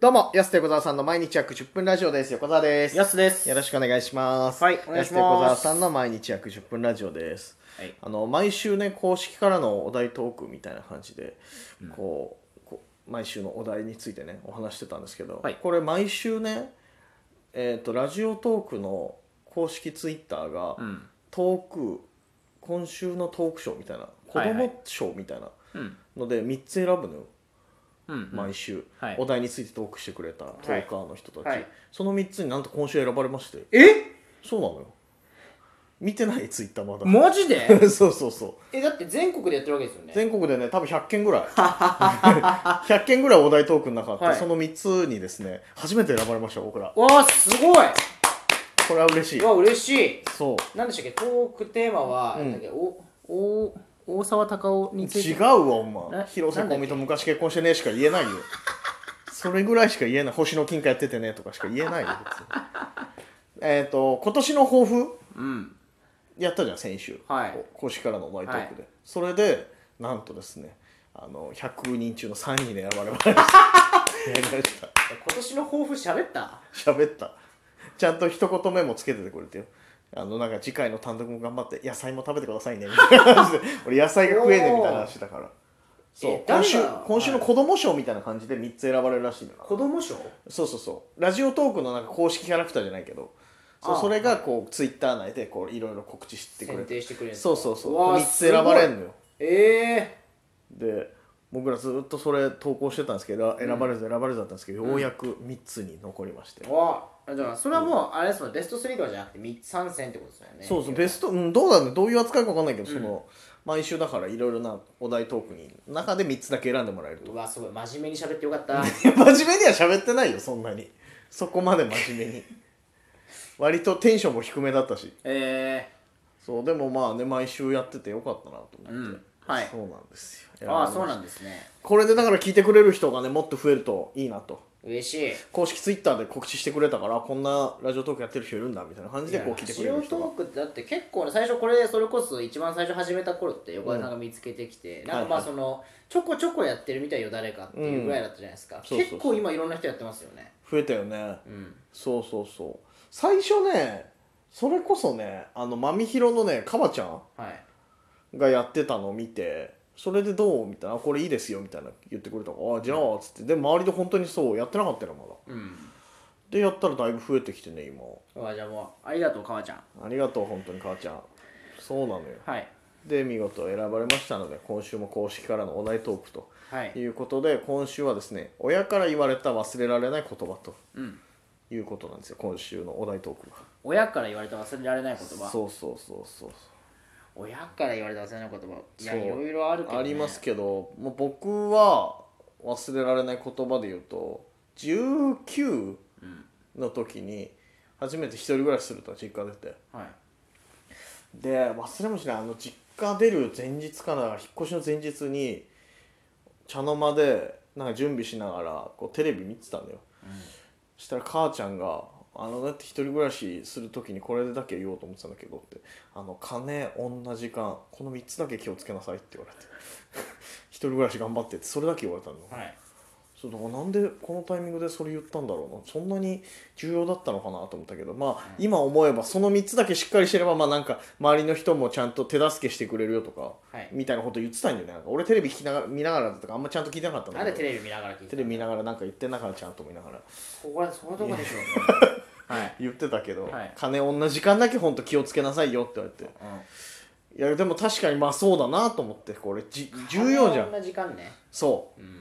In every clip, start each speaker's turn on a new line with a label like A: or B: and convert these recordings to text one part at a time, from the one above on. A: どうも、安手小沢さんの毎日約10分ラジオです。横澤です。
B: やすです。
A: よろしくお願いします。
B: はいお願いし
A: 安手
B: ます
A: 小沢さんの毎日約10分ラジオです。
B: はい
A: あの、毎週ね、公式からのお題トークみたいな感じで、こう、こう毎週のお題についてね、お話してたんですけど、
B: はい
A: これ毎週ね、えっ、と、ラジオトークの公式ツイッターが、
B: うん。
A: トーク、今週のトークショーみたいな、子
B: はいはい
A: 供賞みたいな
B: うん。
A: ので、3つ選ぶのよ。
B: うん。
A: 毎週、
B: はい
A: お題についてトークしてくれたトーカーの人たち、
B: はいはい
A: その3つになんと今週選ばれまして
B: え
A: そうなのよ見てないツイッターまだ
B: マジで
A: そうそうそう
B: え、だって全国でやってるわけですよね。
A: 全国でね多分100件ぐらい 100件ぐらいお題トークの中あって、
B: はい
A: その3つにですね初めて選ばれました僕ら
B: わあ、すごい
A: これは嬉しいう
B: わ、嬉しい。
A: そう
B: なんでしたっけトークテーマは、
A: うん
B: なんだっけお、お、大沢たかおについて。
A: 違うわお前
B: え
A: 広瀬
B: なんだ
A: 香
B: っ
A: 美
B: け
A: と昔結婚してねえしか言えないよそれぐらいしか言えない星の金貨やっててねとかしか言えないよ別 にえっと今年の抱負
B: うん。
A: やったじゃん先週、
B: はい
A: 公式からのマイトークで、
B: は
A: それでなんとですねあの100人中の3人に選ばれました選ばれました
B: 今年の抱負喋った
A: 喋ったちゃんと一言目もつけててくれてよあのなんか次回の単独も頑張って野菜も食べてくださいねみたいな感じで俺野菜が食えねえみたいな話だからそう
B: え誰
A: 今
B: が
A: 週今週の子供賞みたいな感じで3つ選ばれるらしいのよ
B: 子供賞
A: そうそうそうラジオトークのなんか公式キャラクターじゃないけどそう
B: ああ
A: それがこうツイッター内でこういろいろ告知してくれ
B: 選
A: て
B: 定してくれる
A: そうそうそう
B: わあ
A: 3つ選ばれんのよ
B: え
A: で僕らずっとそれ投稿してたんですけど選ばれず選ばれずだったんですけど、ようやく3つに残りまして、
B: えー。わあ、じゃあ、それはもう、あれですもん、ベスト3とかじゃなくて、3選ってことですよね。
A: そうそうベスト、うん、どうだねどういう扱いか分かんないけど、その毎週だからいろいろなお題トークに中で3つだけ選んでもらえると
B: うわ、すごい。真面目に喋ってよかった。
A: いや真面目には喋ってないよそんなにそこまで真 面目に割とテンションも低めだったし
B: え
A: そうでもまあね毎週やっててよかったなと思って、
B: うんはい
A: そうなんです
B: え
A: よ
B: ー。ああ、そうなん
A: だ
B: ですね。
A: これでだから聞いてくれる人がねもっと増えるといいなと
B: 嬉しい。
A: 公式ツイッターで告知してくれたからこんなラジオトークやってる人いるんだみたいな感じでこう聞いてくれる人
B: ラジ
A: が
B: オトークってだって結構ね最初これそれこそ一番最初始めた頃って横田さんが見つけてきて、なんかま
A: は
B: あ
A: いは
B: その、ちょこちょこやってるみたいよ誰かっていうぐらいだったじゃないですか、
A: そうそうそう
B: 結構今いろんな人やってますよね
A: 増えたよね
B: うん
A: そうそうそう最初ねそれこそねあのまみひろのねかばちゃん
B: はい
A: がやってたのを見てそれでどうみたいなあこれいいですよみたいな言ってくれたからあじゃあっつってで周りで本当にそうやってなかったよまだ
B: うん
A: でやったらだいぶ増えてきてね今
B: うわじゃあもうありがとうかわちゃん
A: ありがとう本当に母ちゃんそうなのよ
B: はい
A: で見事選ばれましたので今週も公式からのお題トークと
B: はいいう
A: ことで今週はですね親から言われた忘れられない言葉と
B: うん
A: いうことなんですよ今週のお題トークが
B: 親から言われた忘れられない言葉
A: そうそうそうそう
B: 親から言われた忘れられない言葉いや
A: そう
B: いろいろあるけど、ね、
A: ありますけどもう僕は忘れられない言葉で言うと19の時に初めて一人暮らしすると実家出て
B: はい
A: で忘れもしないあの実家出る前日かな引っ越しの前日に茶の間でなんか準備しながらこうテレビ見てたんだよ、そしたら母ちゃんが「あのだって一人暮らしする時にこれだけ言おうと思ってたんだけど」って「あの金女時間この3つだけ気をつけなさい」って言われて 「一人暮らし頑張って」ってそれだけ言われたの、
B: はい
A: そうだからなんでこのタイミングでそれ言ったんだろうなそんなに重要だったのかなと思ったけどまあ今思えばその3つだけしっかりしてればまあなんか周りの人もちゃんと手助けしてくれるよとか、
B: はい
A: みたいなこと言ってたんだよねなんか俺テレビ聞きながら見ながらだとかあんまちゃんと聞いてなかったん
B: な
A: だ
B: ん
A: け
B: で
A: ど
B: テレビ見ながら聞い
A: テ
B: て
A: レ
B: る
A: ビ見ながらなんか言ってんだからちゃんと見ながら
B: ここはそのとこでしょ うはい、
A: 言ってたけど、
B: はい
A: 金女時間だけほんと気をつけなさいよって言われていやでも確かにまあそうだなと思ってこれじ重要じゃ
B: こん
A: ん
B: な時間ね
A: そう
B: うん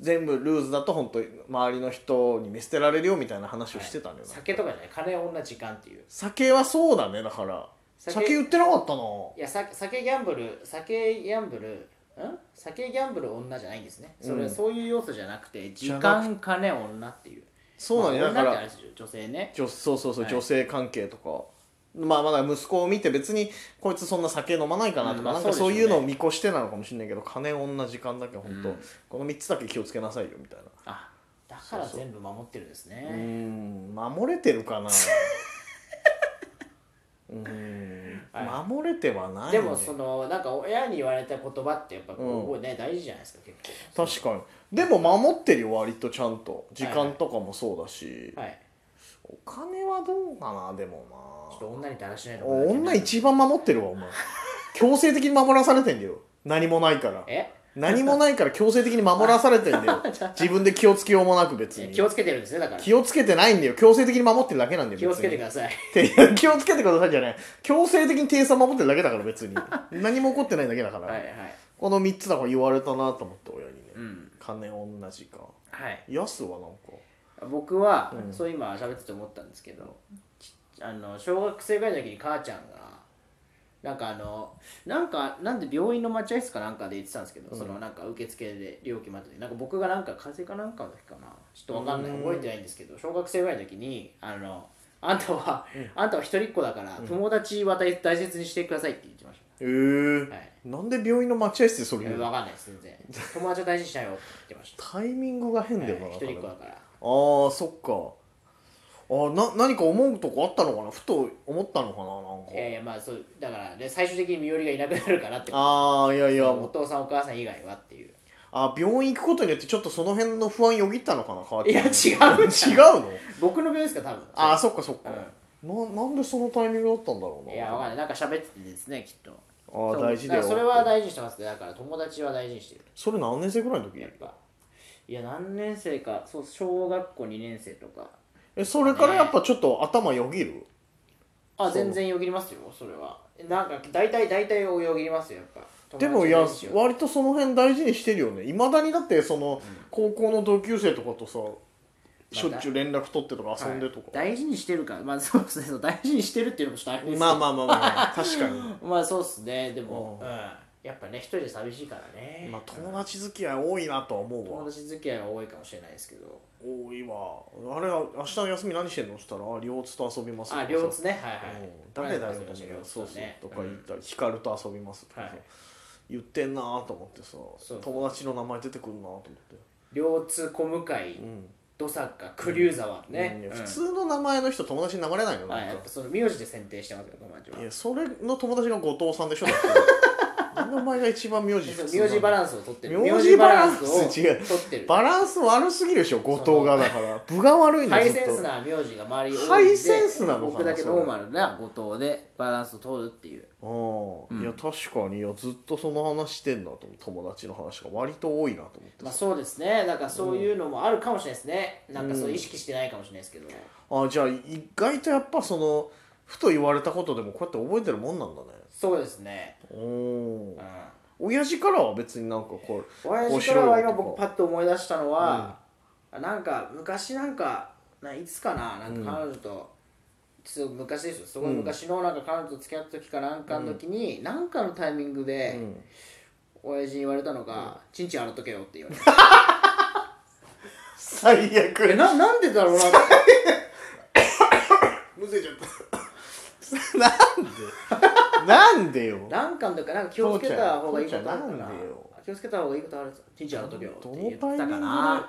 A: 全部ルーズだと本当に周りの人に見捨てられるよみたいな話をしてたんだよな、
B: 酒とかじゃない金女時間っていう
A: 酒はそうだねだから酒
B: 酒
A: 売ってなかったない
B: やさ酒ギャンブル酒ギャンブルん酒ギャンブル女じゃないんですねそれ、
A: うん
B: そういう要素じゃなくて時
A: ゃなく
B: 間金女っていう
A: そうなんだ
B: まあ
A: よだか
B: 女ってあれ
A: ら
B: ですよ女性ね
A: 女そうそうそう、
B: はい
A: 女性関係とかまあまだ息子を見て別にこいつそんな酒飲まないかなとか、
B: うんまあ
A: なんか
B: そ
A: そうう
B: でしょう
A: い
B: ね
A: うのを見越してなのかもしれないけど金女時間だけ本当、
B: うん
A: この3つだけ気をつけなさいよみたいな
B: あだから全部守ってるんです
A: うー
B: ね
A: ん守れてるかなうーん
B: は
A: 守れてはない
B: い、
A: ね
B: でもそのなんか親に言われた言葉ってやっぱこう
A: うん
B: 覚えね大事じゃないですか結構
A: 確かにでも守ってるよ割とちゃんと時間とかもそうだし、
B: はい
A: お金はどうかなでも
B: ちょ
A: な
B: っと女にだらしないと
A: お女
B: 一
A: 一番守ってるわお前強制的に守らされてんだよ何もないから
B: え
A: 何もないから強制的に守らされてんだ よ自分で気をつけようもなく別
B: え
A: に
B: 気をつけてるんですねだから
A: 気をつけてないんだよ強制的に守ってるだけなんだよ
B: 気をつけてく
A: だ
B: ださい
A: さい気をつけてく ださいじゃない強制的に店員さん守ってるだけだから別 に何も起こってないだけだから、
B: はいはい
A: この3つだから言われたなと思って親にね、
B: うん
A: 金同じか
B: はい
A: やすはなんか
B: 僕は、
A: うん
B: そう今喋ってて思ったんですけどちあの小学生ぐらいの時に母ちゃんがなんかあのなんかなんで病院の待合室かなんかで言ってたんですけど、そのなんか受付で料金待っててなんか僕がなんか風邪かなんかの時かなちょっとわかんない
A: うん
B: 覚えてないんですけど小学生ぐらいの時にあのあんたは、あんたは一人っ子だから、友達は大大切にしてくださいって言ってまし
A: えー
B: た、はい
A: なんで病院の待合室でそれ
B: え
A: 言う
B: 分
A: の
B: かんないです全 然友達は大事にしないよって言ってました、
A: タイミングが変だよな、
B: はい
A: なん
B: 一
A: かね
B: 人っ子だから
A: あーそっかあな何か思うとこあったのかなふと思ったのか
B: い
A: な
B: や
A: なん
B: い
A: か
B: やまあそうだからね最終的に身寄りがいなくなるからって
A: ああいやいや
B: お父さんお母さん以外はっていう
A: あ病院行くことによってちょっとその辺の不安よぎったのかな変わっ
B: い
A: て
B: や違
A: 違う
B: う違う
A: の
B: 僕の病ですか多分
A: ああそっかそっか、
B: う
A: ななんでそのタイミングだったんだろうない
B: やわかんないなんか喋っててですねきっと
A: ああ大事だよ
B: からそれは大事にしてますねだから友達は大事にしてる
A: それ何年生ぐらいの時
B: やっぱいや何年生かそう小学校2年生とか
A: えそれからやっぱちょっと頭よぎる
B: あ全然よぎりますよそれはなんか大体大体をよぎりますよやっぱ
A: でもい
B: 友
A: や
B: 達ですよ
A: 割とその辺大事にしてるよねいまだにだってその高校の同級生とかとさしょっちゅう連絡取ってとか遊んでとか、
B: はい大事にしてるからまあそうですねそう大事にしてるっていうのもちょっとあれですけど
A: まあまあまあまあ 確かに
B: まあそうっすねでも、
A: う
B: うんん、やっぱね一人で寂しいからね、
A: まあ友達付き合い多いなとは思う
B: 友
A: わ
B: 達付き合いは多いかもしれないですけど
A: 多いわあれは明日の休み何してんのって言ったらあ両津と遊びますとか
B: あ
A: さ
B: 両津ねはい
A: うん
B: はい
A: 誰だよと
B: と
A: か
B: か
A: ね
B: ね
A: そうそうとか
B: う
A: 言っ
B: ん
A: たり光と遊びますとかさ
B: はい
A: 言ってんなと思ってさ
B: そう
A: 友達の名前出てくるなと思って
B: 両津小向井
A: うん
B: 土坂九龍沢ね、
A: うん
B: うん
A: 普通の名前の人友達になれないの
B: はい、
A: な
B: や
A: ん
B: っ
A: か
B: ぱその名字で選定してますよ友達はい
A: やそれの友達が後藤さんでしょだって あの前が一番名字普通な
B: 名
A: の
B: 字バランスを取ってる
A: 名字バランス
B: 名字バランスを取ってる
A: バランス悪すぎるでしょ後藤がだから分が悪いんだ
B: ハ
A: よ
B: イ
A: ずっ
B: セ
A: と
B: ンスな名字が周り多いんで
A: ハイセンスなのかな
B: 僕だけ
A: それ
B: ノーマルな後藤でバランスを取るっていう
A: うんいや確かにいやずっとその話してんなと思って友達の話が割と多いなと思って
B: まあ
A: さ
B: そうですね、なんかそういうのもあるかもしれないですね、なんかそう意識してないかもしれないですけど、
A: あじゃあ意外とやっぱそのふと言われたことでもこうやって覚えてるもんなんだね
B: そうですね、
A: お
B: う
A: ー
B: ん、
A: 親父からは別になんかこう
B: 親
A: 面
B: 父か
A: 白
B: ら
A: い
B: は
A: よ
B: 今
A: とか
B: 僕、パッと思い出したのは、なんか昔、なんか、ないつかな、なんか彼女と、すごい昔ですよ、すごい昔のなんか彼女と付き合った時かなんかの時に、なんかのタイミングで、親父に言われたのが、ちんちん洗っとけよって言 われて、
A: 最悪
B: えななんでだろうなって。
A: むせちゃったなんでなんでよ
B: なんかの時かなんか気をつけた方がいいことあ
A: 父ち
B: るか
A: ゃん
B: な
A: なんでよ
B: 気をつけた方がいいことあるぞちんちゃんの時はって
A: どの
B: 言っ
A: タイ
B: た
A: ミ
B: か
A: ン
B: な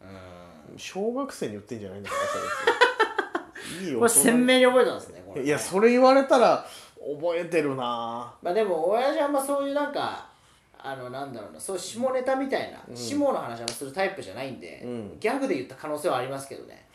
A: グ
B: う
A: で小学生に言ってんじゃないんだからそれいい
B: ん
A: よ
B: これ鮮明に覚えてますねこれね
A: いやそれ言われたら覚えてるな
B: まあでも親父はあんまそういうなんかあのなんだろうなそう下ネタみたいな、下の話をするタイプじゃないんで、
A: うん
B: ギャグで言った可能性はありますけどね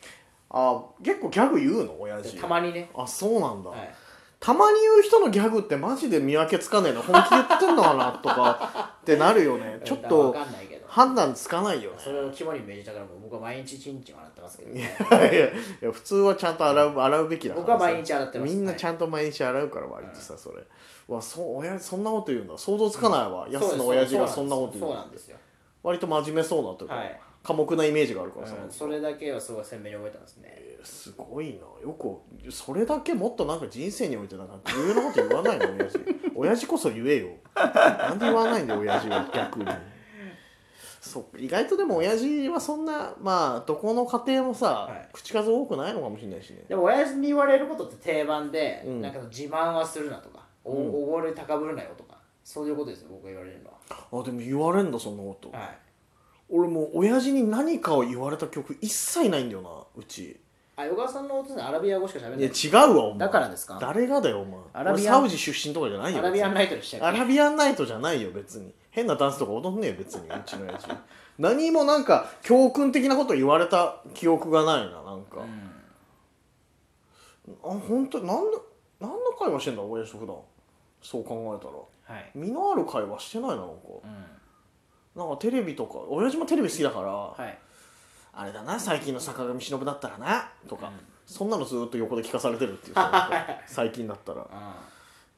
A: あ結構ギャグ言うの親父
B: たまにね、
A: あそうなんだ、
B: はい、
A: たまに言う人のギャグってマジで見分けつかねえな本気で言ってんのかなとかってなるよね ちょっ
B: わ
A: と
B: かんないけど
A: 判断つかないよね
B: それを肝に銘じたからもう僕は毎日ちんちん洗ってますけど、
A: いや
B: ね、
A: いやいや普通はちゃんと洗う 洗うべきだから
B: 僕は毎日洗ってます
A: みんなちゃんと毎日洗うから割とさそれうわそう親父そんなこと言うんだ想像つかないわ、やすの親父がそんなこと言
B: そうう
A: の
B: なんですよ
A: 割と真面目そうなというか、
B: はい
A: 寡黙なイメージがあるからさ、
B: うんそれだけはすごい鮮明に覚えてますね
A: すごいなよくそれだけもっとなんか人生においてなんか重要なこと言わないの親父 親父こそ言えよなんで言わないんだよ親父は逆にそう意外とでも親父はそんなまあどこの家庭もさ、
B: はい
A: 口数多くないのかもしれないしね
B: でも親父に言われることって定番で、
A: うん
B: なんか自慢はするなとかお
A: うん
B: おごる高ぶるなよとかそういうことですよ僕が言われるのは
A: あでも言われんだそんなこと
B: はい
A: 俺もう親父に何かを言われた記憶一切ないんだよなうち
B: ああ横川さんのお父さんアラビア語しか喋れ
A: い
B: な
A: や
B: い
A: 違うわお前
B: だからですか
A: 誰がだよお前
B: アラビアン
A: 俺サウジ出身とかじゃないよ
B: アラビアン
A: 別
B: ナイトでした
A: に
B: よ
A: アラビアンナイトじゃないよ別に変なダンスとか踊んねえよ別にうちのや つ何もなんか教訓的なこと言われた記憶がないななんか、あ本当なんで何の会話してんだ親父と普段そう考えたら
B: はい、
A: 身のある会話してないななんか
B: うん、
A: なんかテレビとか親父もテレビ好きだから、
B: はい
A: あれだな最近の坂上忍だったらなとか、
B: うん
A: そんなのずっと横で聞かされてるっていうなんか最近だったら
B: あ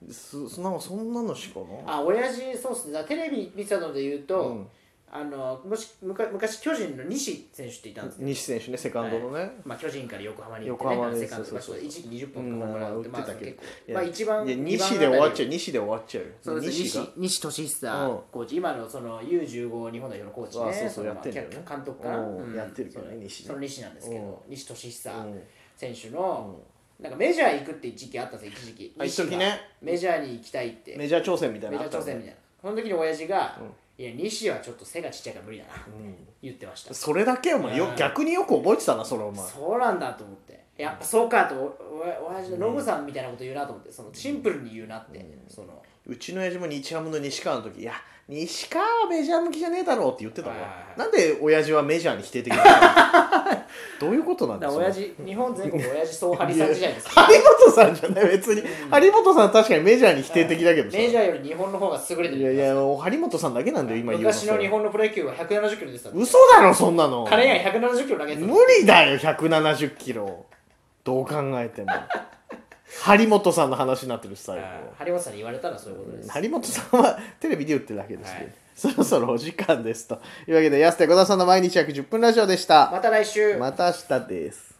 A: すそんなそんなのしか
B: ー
A: な
B: あ親父そうっすねだからテレビ見てたので言うと、
A: うん
B: あのもしむか昔巨人の西選手っていたんですけど、
A: 西選手ねセカンドのね、
B: まあ、巨人から横浜に行って、ね、
A: 横浜に
B: セカンドとか
A: そうそうそう
B: 一時20本かもらうって、
A: うん
B: ま
A: ま
B: あ
A: あ打ってたけど
B: 結
A: い
B: 構
A: や
B: まあ一番
A: いや
B: 二番
A: 西で終わっちゃ
B: あたり
A: う西で終わっちゃうよ
B: そうです
A: 西
B: 西
A: が
B: 西俊久
A: うん
B: コーチ今のその U15 日本代表のコーチね
A: あそうそう
B: の
A: やってんだよね
B: まあ監督かな、
A: うんやってるけどね
B: その
A: 西ね
B: その西なんですけど西俊久
A: うん
B: 選手の、なんかメジャー行くって時期あったんですよ一時期
A: あ一時ね
B: 西がメジャーに行きたいって
A: メジャー挑戦みたい
B: メ
A: なの
B: ジャ
A: あっ
B: ー
A: た
B: 挑
A: のね
B: 戦みたいなその時に親父が、いや西はちょっと背がちっちゃいから無理だな、言ってました
A: それだけお前よ
B: うん
A: 逆によく覚えてたなそれお前
B: そうなんだと思ってやっぱそうかとおお親父のノブさんみたいなこと言うなと思ってそのシンプルに言うなって、その
A: うちの親父も日ハムの西川の時「いや西川はメジャー向きじゃねえだろ」って言ってたわ
B: はいはいはい
A: なんで親父はメジャーに否定 的なのどういうことなん
B: だ
A: だ
B: から
A: それ
B: 親父日本全国親父総張りさん時代ですか
A: 張本さんじゃない別に張本さん確かにメジャーに否定的だけどさ
B: メジャーより日本の方が優れてる
A: いやいやもう張本さんだけなんだよ今言うの
B: 昔の日本のプロ野球は170キロでした
A: 嘘だろそんなの
B: 金谷170キロ投げてた
A: 無理だよ170キロどう考えても張本さんの話になってるし最後
B: あー張本さんに言われたらそういうことです、
A: 張本さんはテレビで言ってるだけですけど、
B: はい
A: そろそろお時間ですというわけで安手小田さんの毎日約10分ラジオでした
B: また来週
A: また明日です